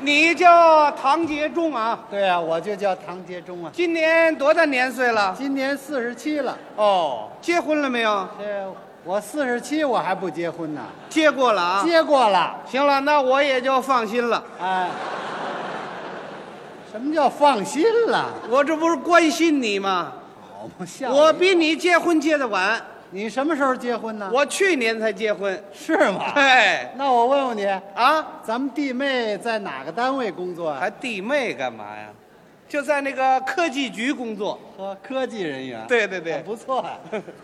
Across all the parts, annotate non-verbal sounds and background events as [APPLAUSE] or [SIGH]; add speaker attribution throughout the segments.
Speaker 1: 你叫唐杰忠啊，
Speaker 2: 对呀、我就叫唐杰忠啊，
Speaker 1: 今年多大年岁了？
Speaker 2: 今年四十七了。
Speaker 1: 哦，结婚了没有？
Speaker 2: 这我四十七，我还不结婚呢，
Speaker 1: 结过了啊。
Speaker 2: 结过了。
Speaker 1: 行了，那我也就放心了。
Speaker 2: 哎，什么叫放心了？
Speaker 1: 我这不是关心你吗？
Speaker 2: 好嘛，吓
Speaker 1: 我
Speaker 2: 一
Speaker 1: 比你结婚结的晚，
Speaker 2: 你什么时候结婚呢？
Speaker 1: 我去年才结婚。
Speaker 2: 是
Speaker 1: [LAUGHS]
Speaker 2: 吗？
Speaker 1: 哎，
Speaker 2: 那我问问你，
Speaker 1: 啊，
Speaker 2: 咱们弟妹在哪个单位工作啊？
Speaker 1: 还弟妹干嘛呀？就在那个科技局工作。
Speaker 2: 和科技人员。
Speaker 1: 对对对
Speaker 2: 啊，不错啊。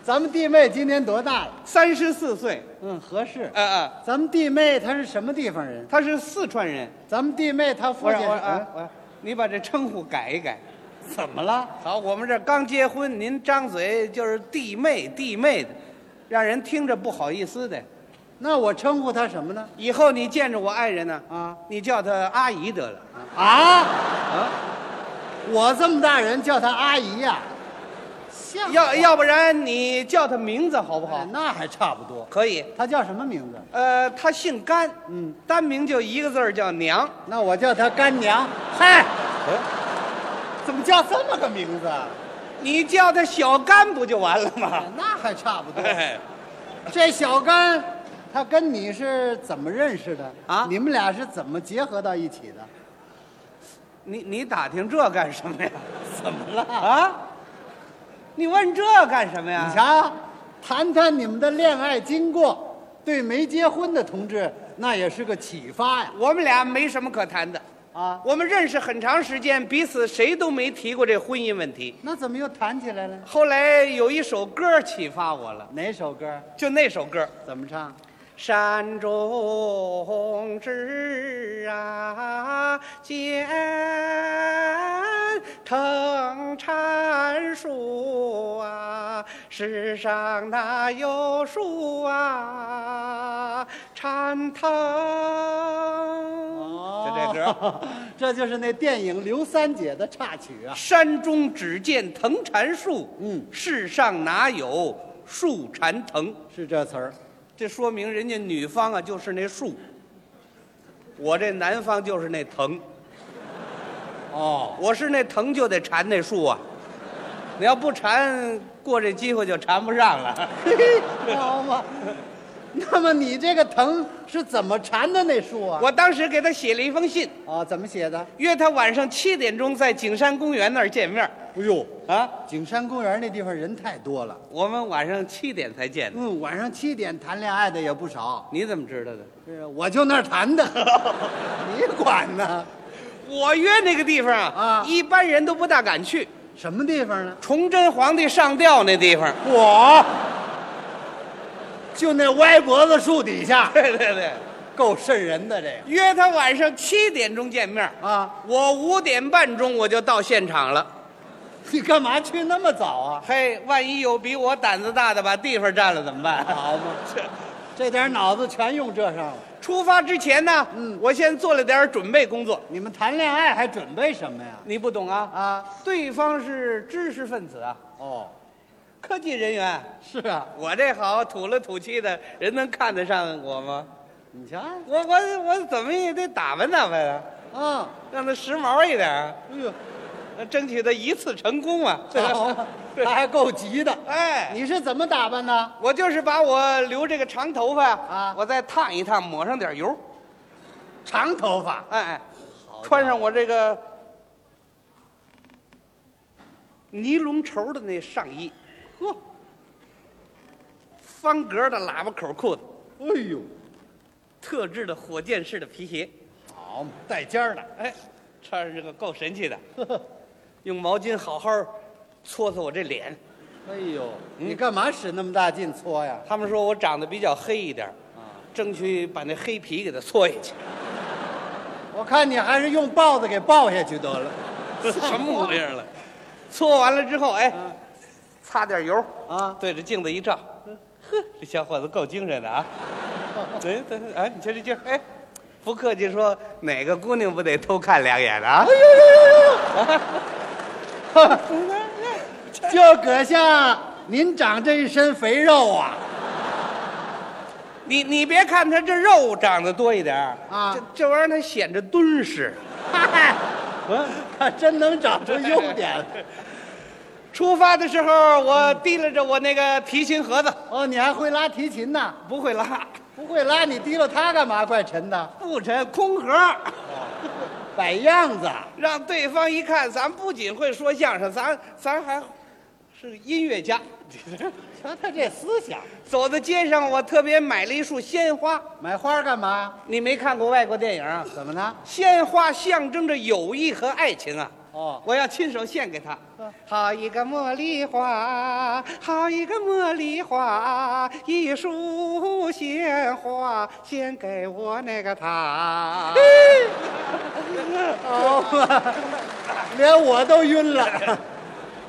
Speaker 2: 咱们弟妹今年多大了？
Speaker 1: 三十四岁。
Speaker 2: 嗯，合适。
Speaker 1: 嗯嗯，
Speaker 2: 咱们弟妹她是什么地方人？
Speaker 1: 他是四川人。
Speaker 2: 咱们弟妹她父
Speaker 1: 我
Speaker 2: 亲
Speaker 1: 说我说
Speaker 2: 嗯
Speaker 1: 啊，我说你把这称呼改一改。
Speaker 2: 怎么了？
Speaker 1: 好，我们这刚结婚，您张嘴就是弟妹弟妹的，让人听着不好意思的。
Speaker 2: 那我称呼她什么呢？
Speaker 1: 以后你见着我爱人呢，
Speaker 2: 啊
Speaker 1: 你叫她阿姨得了。
Speaker 2: 啊！
Speaker 1: 啊，
Speaker 2: 我这么大人叫她阿姨呀、像话
Speaker 1: 要要不然你叫她名字好不
Speaker 2: 哎
Speaker 1: 好？
Speaker 2: 那还差不多。
Speaker 1: 可以。
Speaker 2: 她叫什么名字？
Speaker 1: 呃，她姓甘，
Speaker 2: 嗯，
Speaker 1: 单名就一个字儿叫娘。
Speaker 2: 那我叫她干娘。嗨，
Speaker 1: 哎
Speaker 2: 怎么叫这么个名字啊？
Speaker 1: 你叫她小甘不就完了吗
Speaker 2: 哎？那还差不多。
Speaker 1: 啊哎
Speaker 2: 这小甘，他跟你是怎么认识的
Speaker 1: 啊
Speaker 2: 你们俩是怎么结合到一起的？
Speaker 1: [LAUGHS] 你你打听这干什么呀？
Speaker 2: [LAUGHS] 怎么了？
Speaker 1: 啊？你问这干什么呀？
Speaker 2: 你瞧，啊谈谈你们的恋爱经过，对没结婚的同志那也是个启发呀！
Speaker 1: 我们俩没什么可谈的，
Speaker 2: 啊，
Speaker 1: 我们认识很长时间，彼此谁都没提过这婚姻问题。
Speaker 2: 那怎么又谈起来了？
Speaker 1: 后来有一首歌启发我了，
Speaker 2: 哪首歌？
Speaker 1: 就那首歌《
Speaker 2: 怎么唱？
Speaker 1: 山中之啊，见藤缠树啊，世上哪有树啊缠藤？
Speaker 2: 哦
Speaker 1: 就这歌。
Speaker 2: 歌， [LAUGHS] 这就是那电影刘三姐的插曲啊！
Speaker 1: 山中只见藤缠树，
Speaker 2: 嗯
Speaker 1: 世上哪有树缠藤？
Speaker 2: 是这词儿。
Speaker 1: 这说明人家女方啊就是那树，我这男方就是那藤，
Speaker 2: 哦， [LAUGHS]
Speaker 1: 我是那藤就得缠那树啊，你要不缠，过这机会就缠不上了。
Speaker 2: 嘿嘿，好嘛。那么你这个藤是怎么缠的那树啊？
Speaker 1: 我当时给他写了一封信，
Speaker 2: 啊，怎么写的？
Speaker 1: 约他晚上七点钟在景山公园那儿见面。
Speaker 2: 哎呦，
Speaker 1: 啊，
Speaker 2: 景山公园那地方人太多了。
Speaker 1: 我们晚上七点才见的，
Speaker 2: 嗯，晚上七点谈恋爱的也不少。
Speaker 1: 你怎么知道的？
Speaker 2: 是，我就那儿谈 [LAUGHS] 的，你管呢？
Speaker 1: 我约那个地方啊
Speaker 2: 嗯啊
Speaker 1: 一般人都不大敢去。
Speaker 2: 什么地方呢？
Speaker 1: 崇祯皇帝上吊那地方。
Speaker 2: 我，就那歪脖子树底下，
Speaker 1: [LAUGHS] 对对对，
Speaker 2: 够瘆人的这
Speaker 1: 约他晚上七点钟见面，
Speaker 2: 个啊！
Speaker 1: 我五点半钟我就到现场了。
Speaker 2: [LAUGHS] 你干嘛去那么早啊？
Speaker 1: 嘿，万一有比我胆子大的把地方占了怎么办？
Speaker 2: 好嘛，哎这点脑子全用这上了。
Speaker 1: [LAUGHS] 出发之前呢，嗯，我先做了点准备工作。
Speaker 2: 你们谈恋爱还准备什么呀？
Speaker 1: 你不懂啊啊，
Speaker 2: 啊，
Speaker 1: 对方是知识分子啊，
Speaker 2: 哦，
Speaker 1: 科技人员。
Speaker 2: 是啊，
Speaker 1: 我这好土了土气的，人能看得上我吗？
Speaker 2: 你瞧，
Speaker 1: 我我我怎么也得打扮打扮啊，
Speaker 2: 啊，
Speaker 1: 让他时髦一点啊，
Speaker 2: 哎呦，
Speaker 1: 争取他一次成功啊。[LAUGHS]
Speaker 2: 好嘛，他还够急的。
Speaker 1: 哎，
Speaker 2: 你是怎么打扮的？
Speaker 1: 我就是把我留这个长头发
Speaker 2: 啊
Speaker 1: 我再烫一烫，抹上点油，
Speaker 2: 长头发，
Speaker 1: 哎哎，穿上我这个尼龙绸的那上衣，呵，方格的喇叭口裤子，
Speaker 2: 哎呦，
Speaker 1: 特制的火箭式的皮鞋，
Speaker 2: 好嘛，带尖儿的，
Speaker 1: 哎，穿上这个够神气的，用毛巾好好搓搓我这脸。
Speaker 2: [LAUGHS] 哎呦，
Speaker 1: 嗯
Speaker 2: 你干嘛使那么大劲搓呀？
Speaker 1: 他们说我长得比较黑一点儿，
Speaker 2: 啊，
Speaker 1: 争取把那黑皮给它搓下去。
Speaker 2: 我看你还是用豹子给抱下去得了。
Speaker 1: 什么模样了？搓完了之后，哎，
Speaker 2: 嗯
Speaker 1: 擦点油，
Speaker 2: 啊，
Speaker 1: 对着镜子一照，呵，这小伙子够精神 [LAUGHS] 的啊！哎，对对哎，你瞧这劲儿，哎，不客气说，哪个姑娘不得偷看两眼啊？
Speaker 2: 就搁下您长这一身肥肉啊，
Speaker 1: 你你别看他这肉长得多一点儿
Speaker 2: 啊
Speaker 1: 这这玩意儿它显着敦实。
Speaker 2: 嗨，
Speaker 1: 嗯，
Speaker 2: 还真能找出优点来。
Speaker 1: 出发的时候我提拉着我那个提琴盒子，
Speaker 2: 哦，你还会拉提琴呢？
Speaker 1: 不会拉，
Speaker 2: 不会拉，你提溜它干嘛？怪沉的，
Speaker 1: 不沉，空盒，
Speaker 2: 摆样子。
Speaker 1: 让对方一看，咱不仅会说相声，咱咱还是音乐家。 [LAUGHS]
Speaker 2: 瞧他这思想，
Speaker 1: 走在街上，我特别买了一束鲜花。
Speaker 2: 买花干嘛？
Speaker 1: 你没看过外国电影啊？
Speaker 2: 怎么呢？
Speaker 1: 鲜花象征着友谊和爱情啊！
Speaker 2: 哦，
Speaker 1: 我要亲手献给他
Speaker 2: 嗯。
Speaker 1: 好一个茉莉花，好一个茉莉花，一束鲜花献给我那个他。
Speaker 2: 哦，连我都晕了。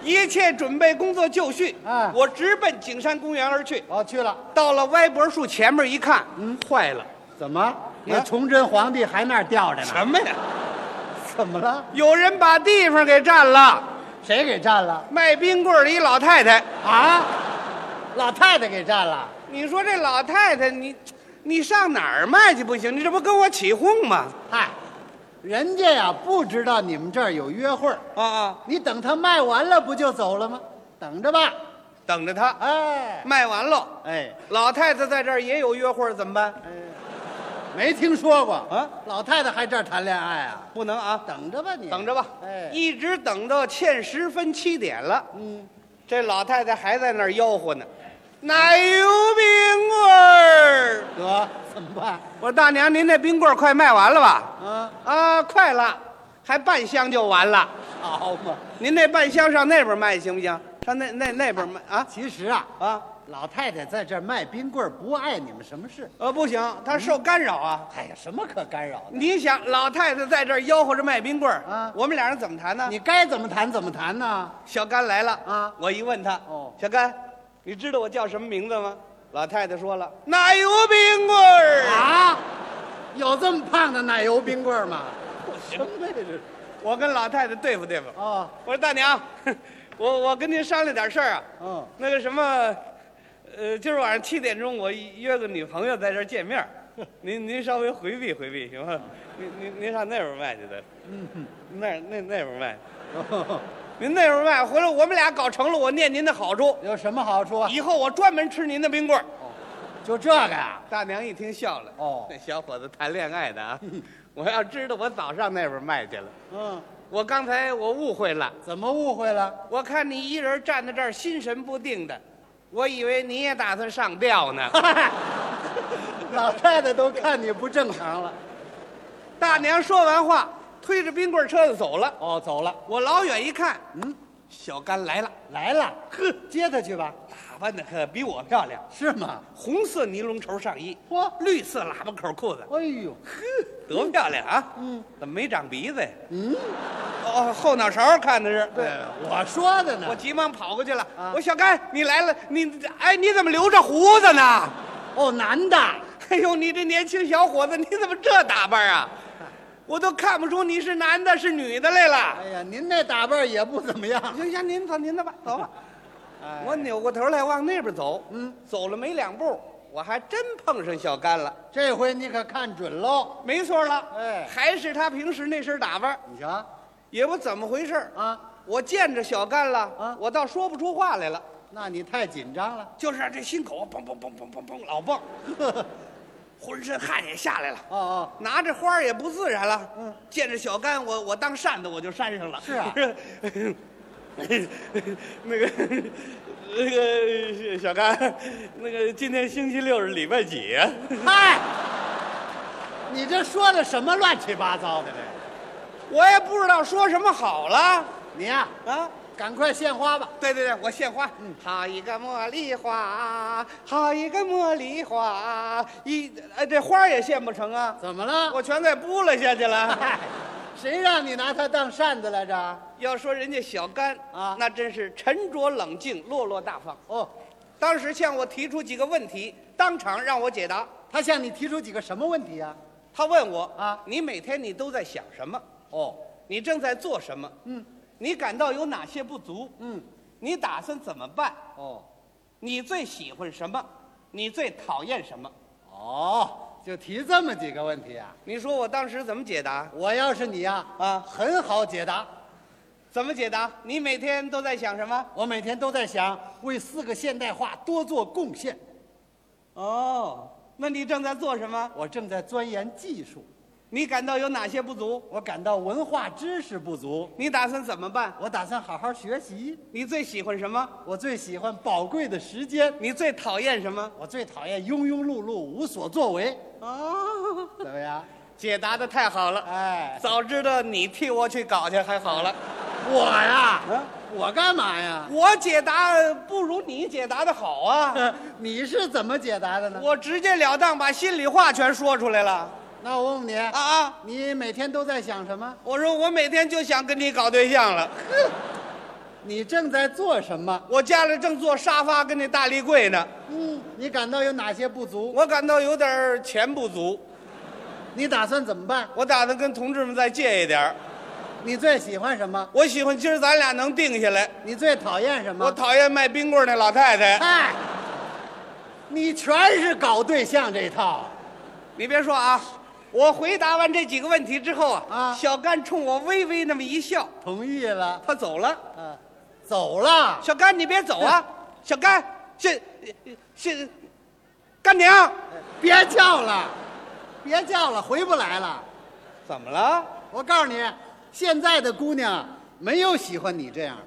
Speaker 1: 一切准备工作就绪，
Speaker 2: 啊
Speaker 1: 我直奔景山公园而去。
Speaker 2: 哦，去了。
Speaker 1: 到了歪脖树前面一看，嗯，坏了，
Speaker 2: 怎么？那崇祯皇帝还那儿吊着呢？
Speaker 1: 什么呀？
Speaker 2: 怎么了？
Speaker 1: 有人把地方给占了，
Speaker 2: 谁给占了？
Speaker 1: 卖冰棍儿的一老太太。
Speaker 2: 啊，老太太给占了。
Speaker 1: 你说这老太太，你你上哪儿卖去不行？你这不跟我起哄吗？
Speaker 2: 嗨，人家呀不知道你们这儿有约会儿，
Speaker 1: 啊啊，
Speaker 2: 你等他卖完了不就走了吗？等着吧。
Speaker 1: 等着她
Speaker 2: 哎
Speaker 1: 卖完了，
Speaker 2: 哎，
Speaker 1: 老太太在这儿也有约会，怎么办？
Speaker 2: 没听说过
Speaker 1: 啊？
Speaker 2: 老太太还这儿谈恋爱啊？
Speaker 1: 不能啊，
Speaker 2: 等着吧你，
Speaker 1: 等着吧。
Speaker 2: 哎，
Speaker 1: 一直等到欠十分七点了，
Speaker 2: 嗯，
Speaker 1: 这老太太还在那儿吆喝呢，奶油冰棍儿。
Speaker 2: 得怎么办？
Speaker 1: 我说大娘，您那冰棍儿快卖完了吧？
Speaker 2: 啊，
Speaker 1: 啊，快了，还半箱就完了。
Speaker 2: 好嘛。
Speaker 1: 您那半箱上那边卖行不行？上那那那边卖啊
Speaker 2: 其实啊，
Speaker 1: 啊。
Speaker 2: 老太太在这儿卖冰棍儿不碍你们什么事。
Speaker 1: 呃，不行，他受干扰啊！
Speaker 2: 哎呀，什么可干扰的？
Speaker 1: 你想，老太太在这儿吆喝着卖冰棍儿，
Speaker 2: 啊
Speaker 1: 我们俩人怎么谈呢？
Speaker 2: 你该怎么谈怎么谈呢？
Speaker 1: 小甘来了
Speaker 2: 啊
Speaker 1: 我一问他，
Speaker 2: 哦
Speaker 1: 小甘，你知道我叫什么名字吗？老太太说了，奶油冰棍儿。
Speaker 2: 啊，有这么胖的奶油冰棍儿吗？什么呀这是？
Speaker 1: 我跟老太太对付对付，
Speaker 2: 哦，
Speaker 1: 我说大娘， [LAUGHS] 我我跟您商量点事儿啊，
Speaker 2: 嗯，
Speaker 1: 那个什么，呃，今儿晚上七点钟我约个女朋友在这儿见面儿，您您稍微回避回避行吗？您您您上那边卖去的，嗯，那那那边卖。您那时候卖回来，我们俩搞成了，我念您的好处，
Speaker 2: 有什么好处啊？
Speaker 1: 以后我专门吃您的冰棍儿。
Speaker 2: 就这个啊呀、
Speaker 1: 大娘一听笑了，
Speaker 2: 哦
Speaker 1: 那小伙子谈恋爱的啊，我要知道我早上那边卖去了。
Speaker 2: 嗯，
Speaker 1: 我刚才我误会了，
Speaker 2: 怎么误会 [LAUGHS] 了？
Speaker 1: 我看你一人站在这儿心神不定的，我以为你也打算上吊呢。
Speaker 2: 老太太都看你不正常了。
Speaker 1: 大娘说完话，推着冰棍车子走了。
Speaker 2: 哦，走了，
Speaker 1: 我老远一看，
Speaker 2: 嗯，
Speaker 1: 小甘来了，
Speaker 2: 来 [LAUGHS] 了，呵，接她去吧。
Speaker 1: 打扮的可比我漂亮，
Speaker 2: 是吗？
Speaker 1: 红色尼龙绸上衣，
Speaker 2: 嚯，
Speaker 1: 绿色喇叭口裤子，
Speaker 2: 哎呦，
Speaker 1: 多漂亮啊！
Speaker 2: 嗯，
Speaker 1: 怎么没长鼻子呀？
Speaker 2: 嗯，
Speaker 1: 哦，后脑勺看的是。哎
Speaker 2: 对，我说的
Speaker 1: 我
Speaker 2: 呢。
Speaker 1: 急忙跑过去了。
Speaker 2: 啊
Speaker 1: 我说小甘，你来了，你哎，你怎么留着胡子 [LAUGHS] 呢？
Speaker 2: 哦，男的，
Speaker 1: 哎呦，你这年轻小伙子，你怎么这打扮 [LAUGHS] 啊？我都看不出你是男的，是女的来了。
Speaker 2: 哎呀，您那打扮也不怎么样。
Speaker 1: 行行，您走您的吧，走吧。
Speaker 2: 哎
Speaker 1: 我扭过头来往那边走，
Speaker 2: 嗯，
Speaker 1: 走了没两步，我还真碰上小甘了。
Speaker 2: 这回你可看准喽。
Speaker 1: 没错了，
Speaker 2: 哎
Speaker 1: 还是他平时那身打扮，
Speaker 2: 你瞧，
Speaker 1: 也不怎么回事儿
Speaker 2: 啊，
Speaker 1: 我见着小甘了，
Speaker 2: 啊
Speaker 1: 我倒说不出话来了，
Speaker 2: 那你太紧张了。
Speaker 1: 就是这心口嘣嘣嘣嘣嘣嘣老
Speaker 2: [LAUGHS]
Speaker 1: 蹦，浑身汗也下来了。
Speaker 2: 哦哦，
Speaker 1: 拿着花儿也不自然了。
Speaker 2: 嗯，
Speaker 1: 见着小甘，我我当扇子我就扇上了。[LAUGHS]
Speaker 2: 是啊
Speaker 1: 那个那个小甘，那个今天星期六是礼拜几啊呀、
Speaker 2: 嗨，你这说的什么乱七八糟的这？
Speaker 1: 我也不知道说什么好了
Speaker 2: 你呀、
Speaker 1: 啊。
Speaker 2: 赶快献花吧。
Speaker 1: 对对对，我献花。好一个茉莉花，好一个茉莉花，一哎这花儿也献不成啊，
Speaker 2: 怎么了？
Speaker 1: 我全给拨了下去了。 [LAUGHS]
Speaker 2: 嗨，谁让你拿它当扇子来着？
Speaker 1: 要说人家小甘
Speaker 2: 啊
Speaker 1: 那真是沉着冷静、落落大方。
Speaker 2: 哦，
Speaker 1: 当时向我提出几个问题，当场让我解答。
Speaker 2: 他向你提出几个什么问题呀、
Speaker 1: 他问我
Speaker 2: 啊
Speaker 1: 你每天你都在想什么？
Speaker 2: 哦，
Speaker 1: 你正在做什么？
Speaker 2: 嗯
Speaker 1: 你感到有哪些不足？
Speaker 2: 嗯，
Speaker 1: 你打算怎么办？
Speaker 2: 哦，
Speaker 1: 你最喜欢什么？你最讨厌什么？
Speaker 2: 哦，哦，就提这么几个问题啊？
Speaker 1: 你说我当时怎么解答
Speaker 2: 我要是你呀、
Speaker 1: 啊？
Speaker 2: 很好解答。
Speaker 1: 怎么解答？你每天都在想什么？
Speaker 2: 我每天都在想，为四个现代化多做贡献。
Speaker 1: 哦，那你正在做什么？
Speaker 2: 我正在钻研技术，
Speaker 1: 你感到有哪些不足？
Speaker 2: 我感到文化知识不足，
Speaker 1: 你打算怎么办？
Speaker 2: 我打算好好学习。
Speaker 1: 你最喜欢什么？
Speaker 2: 我最喜欢宝贵的时间，
Speaker 1: 你最讨厌什么？
Speaker 2: 我最讨厌庸庸碌碌、无所作为。
Speaker 1: 哦，
Speaker 2: 怎么样？
Speaker 1: 解答的太好了。
Speaker 2: 哎，
Speaker 1: 早知道你替我去搞去还好了，
Speaker 2: 我
Speaker 1: 啊
Speaker 2: 呀，我干嘛呀？ [LAUGHS]
Speaker 1: 我解答不如你解答的好啊！
Speaker 2: 你是怎么解答的呢？
Speaker 1: 我直截了当把心里话全说出来了
Speaker 2: 那我问问你，
Speaker 1: 啊啊！
Speaker 2: 你每天都在想什么？
Speaker 1: 我说我每天就想跟你搞对象了，
Speaker 2: 你正在做什么？
Speaker 1: 我家里正做沙发跟那大立柜呢，
Speaker 2: 嗯，你感到有哪些不足？
Speaker 1: 我感到有点儿钱不足，
Speaker 2: 你打算怎么办？
Speaker 1: 我打算跟同志们再借一点儿
Speaker 2: 你最喜欢什么？
Speaker 1: 我喜欢今儿咱俩能定下来，
Speaker 2: 你最讨厌什
Speaker 1: 我
Speaker 2: 么？
Speaker 1: 讨厌卖冰棍儿那老太太。
Speaker 2: 哎，你全是搞对象这一套。
Speaker 1: 你别说啊，我回答完这几个问题之后啊，
Speaker 2: 啊
Speaker 1: 小甘冲我微微那么一笑，
Speaker 2: 同意了，
Speaker 1: 他走了。
Speaker 2: 啊，走了。
Speaker 1: 小甘，你别走啊！小甘，是是，干娘，
Speaker 2: 别叫了，别叫了，回不来了。
Speaker 1: 怎么了？
Speaker 2: 我告诉你，现在的姑娘没有喜欢你这样的。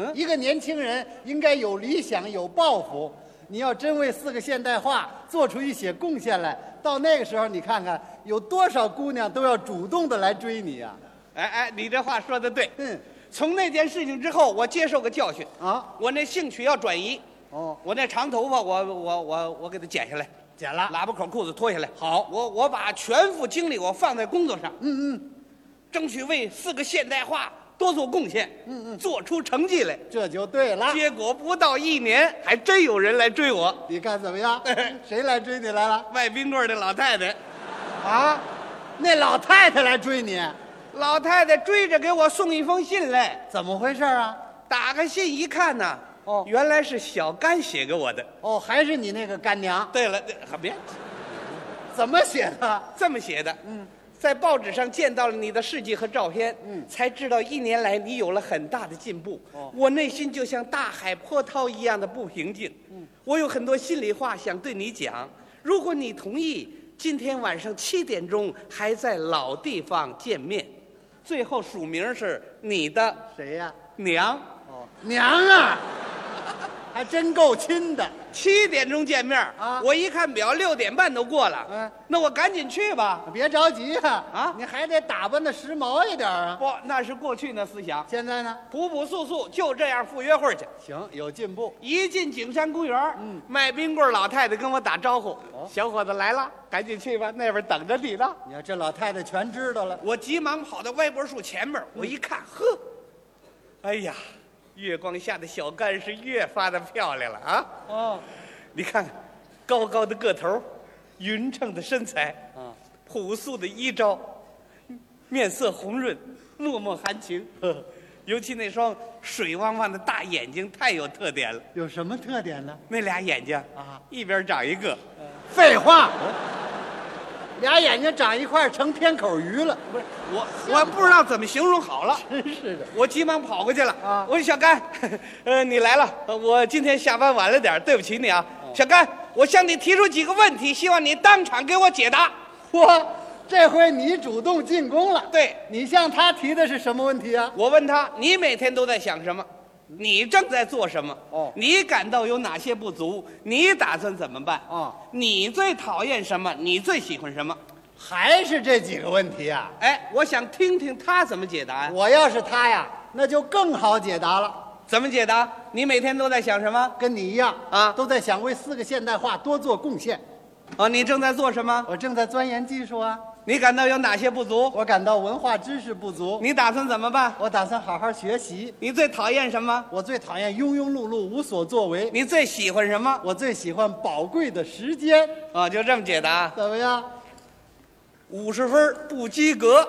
Speaker 1: 嗯
Speaker 2: 一个年轻人应该有理想、有抱负。你要真为四个现代化做出一些贡献来，到那个时候，你看看有多少姑娘都要主动的来追你啊！
Speaker 1: 哎哎，你这话说的对。
Speaker 2: 嗯，
Speaker 1: 从那件事情之后，我接受个教训，
Speaker 2: 啊，
Speaker 1: 我那兴趣要转移。
Speaker 2: 哦，
Speaker 1: 我那长头发，我我我我给它剪下来，
Speaker 2: 剪了。
Speaker 1: 喇叭口裤子脱下来。啊好，我我把全副精力我放在工作上，
Speaker 2: 嗯嗯，
Speaker 1: 争取为四个现代化多做贡献，嗯啊嗯，做出成绩来。
Speaker 2: 这就对了。
Speaker 1: 结果不到一年，还真有人来追我，
Speaker 2: 你看怎么 [LAUGHS] 样？谁来追你来了？
Speaker 1: 卖冰棍儿的老太太。
Speaker 2: 啊，那老太太来追你，
Speaker 1: 老太太追着给我送一封信来，
Speaker 2: 怎么回事啊？
Speaker 1: 打开信一看呐，
Speaker 2: 哦
Speaker 1: 原来是小甘写给我的。
Speaker 2: 哦，还是你那个干娘，
Speaker 1: 对了，这可别
Speaker 2: 怎么写的？
Speaker 1: 这么写的。嗯，在报纸上见到了你的事迹和照片，嗯，才知道一年来你有了很大的进步。
Speaker 2: 哦
Speaker 1: 我内心就像大海波涛一样的不平静。嗯，我有很多心里话想对你讲，如果你同意，今天晚上七点钟还在老地方见面。最后署名是你的
Speaker 2: 谁呀、
Speaker 1: 娘。
Speaker 2: 哦，娘啊， [LAUGHS] 还真够亲的。
Speaker 1: 七点钟见面
Speaker 2: 啊
Speaker 1: 我一看表，六点半都过了。
Speaker 2: 嗯
Speaker 1: 那我赶紧去吧。
Speaker 2: 别着急啊，
Speaker 1: 啊
Speaker 2: 你还得打扮的时髦一点啊。
Speaker 1: 不，那是过去那思想，
Speaker 2: 现在呢？
Speaker 1: 朴朴素素，就这样赴约会去。
Speaker 2: 行，有进步。
Speaker 1: 一进景山公园，
Speaker 2: 嗯
Speaker 1: 卖冰棍老太太跟我打招呼：“
Speaker 2: 哦
Speaker 1: 小伙子来了，赶紧去吧，那边等着你呢。
Speaker 2: 你看这老太太全知道了”。
Speaker 1: 我急忙跑到歪脖树前面，我一看，呵，哎呀，月光下的小甘是越发的漂亮了啊！
Speaker 2: 哦，
Speaker 1: 你看看，高高的个头，匀称的身材，
Speaker 2: 嗯，
Speaker 1: 朴素的衣着，面色红润，脉脉含情。 [LAUGHS] 尤其那双水汪汪的大眼睛太有特点了，
Speaker 2: 有什么特点呢？
Speaker 1: 那俩眼睛
Speaker 2: 啊，
Speaker 1: 一边长一个，
Speaker 2: 废话，哦俩眼睛长一块儿成偏口鱼了。不是，
Speaker 1: 我我不知道怎么形容好了。
Speaker 2: 真是的。
Speaker 1: 我急忙跑过去了，
Speaker 2: 啊
Speaker 1: 我说小甘， [LAUGHS] 呃，你来了，呃我今天下班晚了点儿，对不起你啊，
Speaker 2: 哦
Speaker 1: 小甘，我向你提出几个问题，希望你当场给我解答。
Speaker 2: 嚯，这回你主动进攻了。
Speaker 1: 对，
Speaker 2: 你向他提的是什么问题啊？
Speaker 1: 我问他：“你每天都在想什么？你正在做什么？
Speaker 2: 哦
Speaker 1: 你感到有哪些不足？你打算怎么办？
Speaker 2: 哦
Speaker 1: 你最讨厌什么？你最喜欢什么？
Speaker 2: 还是这几个问题啊？
Speaker 1: 哎，我想听听他怎么解答呀、
Speaker 2: 我要是他呀，那就更好解答了，
Speaker 1: 怎么解答？你每天都在想什么？
Speaker 2: 跟你一样
Speaker 1: 啊
Speaker 2: 都在想为四个现代化多做贡献。
Speaker 1: 哦，你正在做什么？
Speaker 2: 我正在钻研技术啊，
Speaker 1: 你感到有哪些不足？
Speaker 2: 我感到文化知识不足，
Speaker 1: 你打算怎么办？
Speaker 2: 我打算好好学习。
Speaker 1: 你最讨厌什么？
Speaker 2: 我最讨厌庸庸碌碌、无所作为，
Speaker 1: 你最喜欢什么？
Speaker 2: 我最喜欢宝贵的时间。
Speaker 1: 啊、就这么解答。
Speaker 2: 怎么样？
Speaker 1: 五十分儿不及格。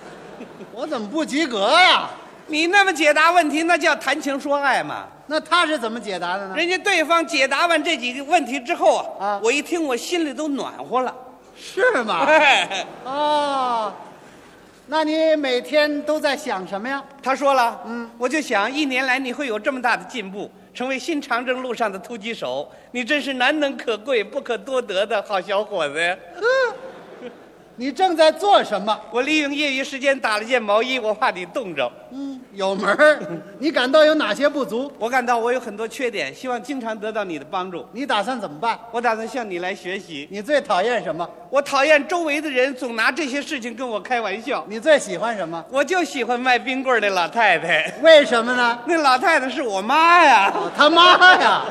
Speaker 1: [LAUGHS]
Speaker 2: 我怎么不及格呀、
Speaker 1: 你那么解答问题，那叫谈情说爱嘛。
Speaker 2: 那他是怎么解答的呢？
Speaker 1: 人家对方解答完这几个问题之后啊，
Speaker 2: 啊
Speaker 1: 我一听我心里都暖和了。
Speaker 2: 是吗？
Speaker 1: 哎，
Speaker 2: 哦，那你每天都在想什么呀？
Speaker 1: [LAUGHS] 他说了，嗯，我就想一年来你会有这么大的进步，成为新长征路上的突击手，你真是难能可贵、不可多得的好小伙子呀！
Speaker 2: 你正在做什么？
Speaker 1: 我利用业余时间打了件毛衣，我怕你冻着。
Speaker 2: 嗯，有门儿。你感到有哪些不足？
Speaker 1: 我感到我有很多缺点，希望经常得到你的帮助。
Speaker 2: 你打算怎么办？
Speaker 1: 我打算向你来学习。
Speaker 2: 你最讨厌什么？
Speaker 1: 我讨厌周围的人总拿这些事情跟我开玩笑，
Speaker 2: 你最喜欢什么？
Speaker 1: 我就喜欢卖冰棍儿那老太太。
Speaker 2: 为什么呢？
Speaker 1: 那老太太是我妈呀！
Speaker 2: 哦他妈呀！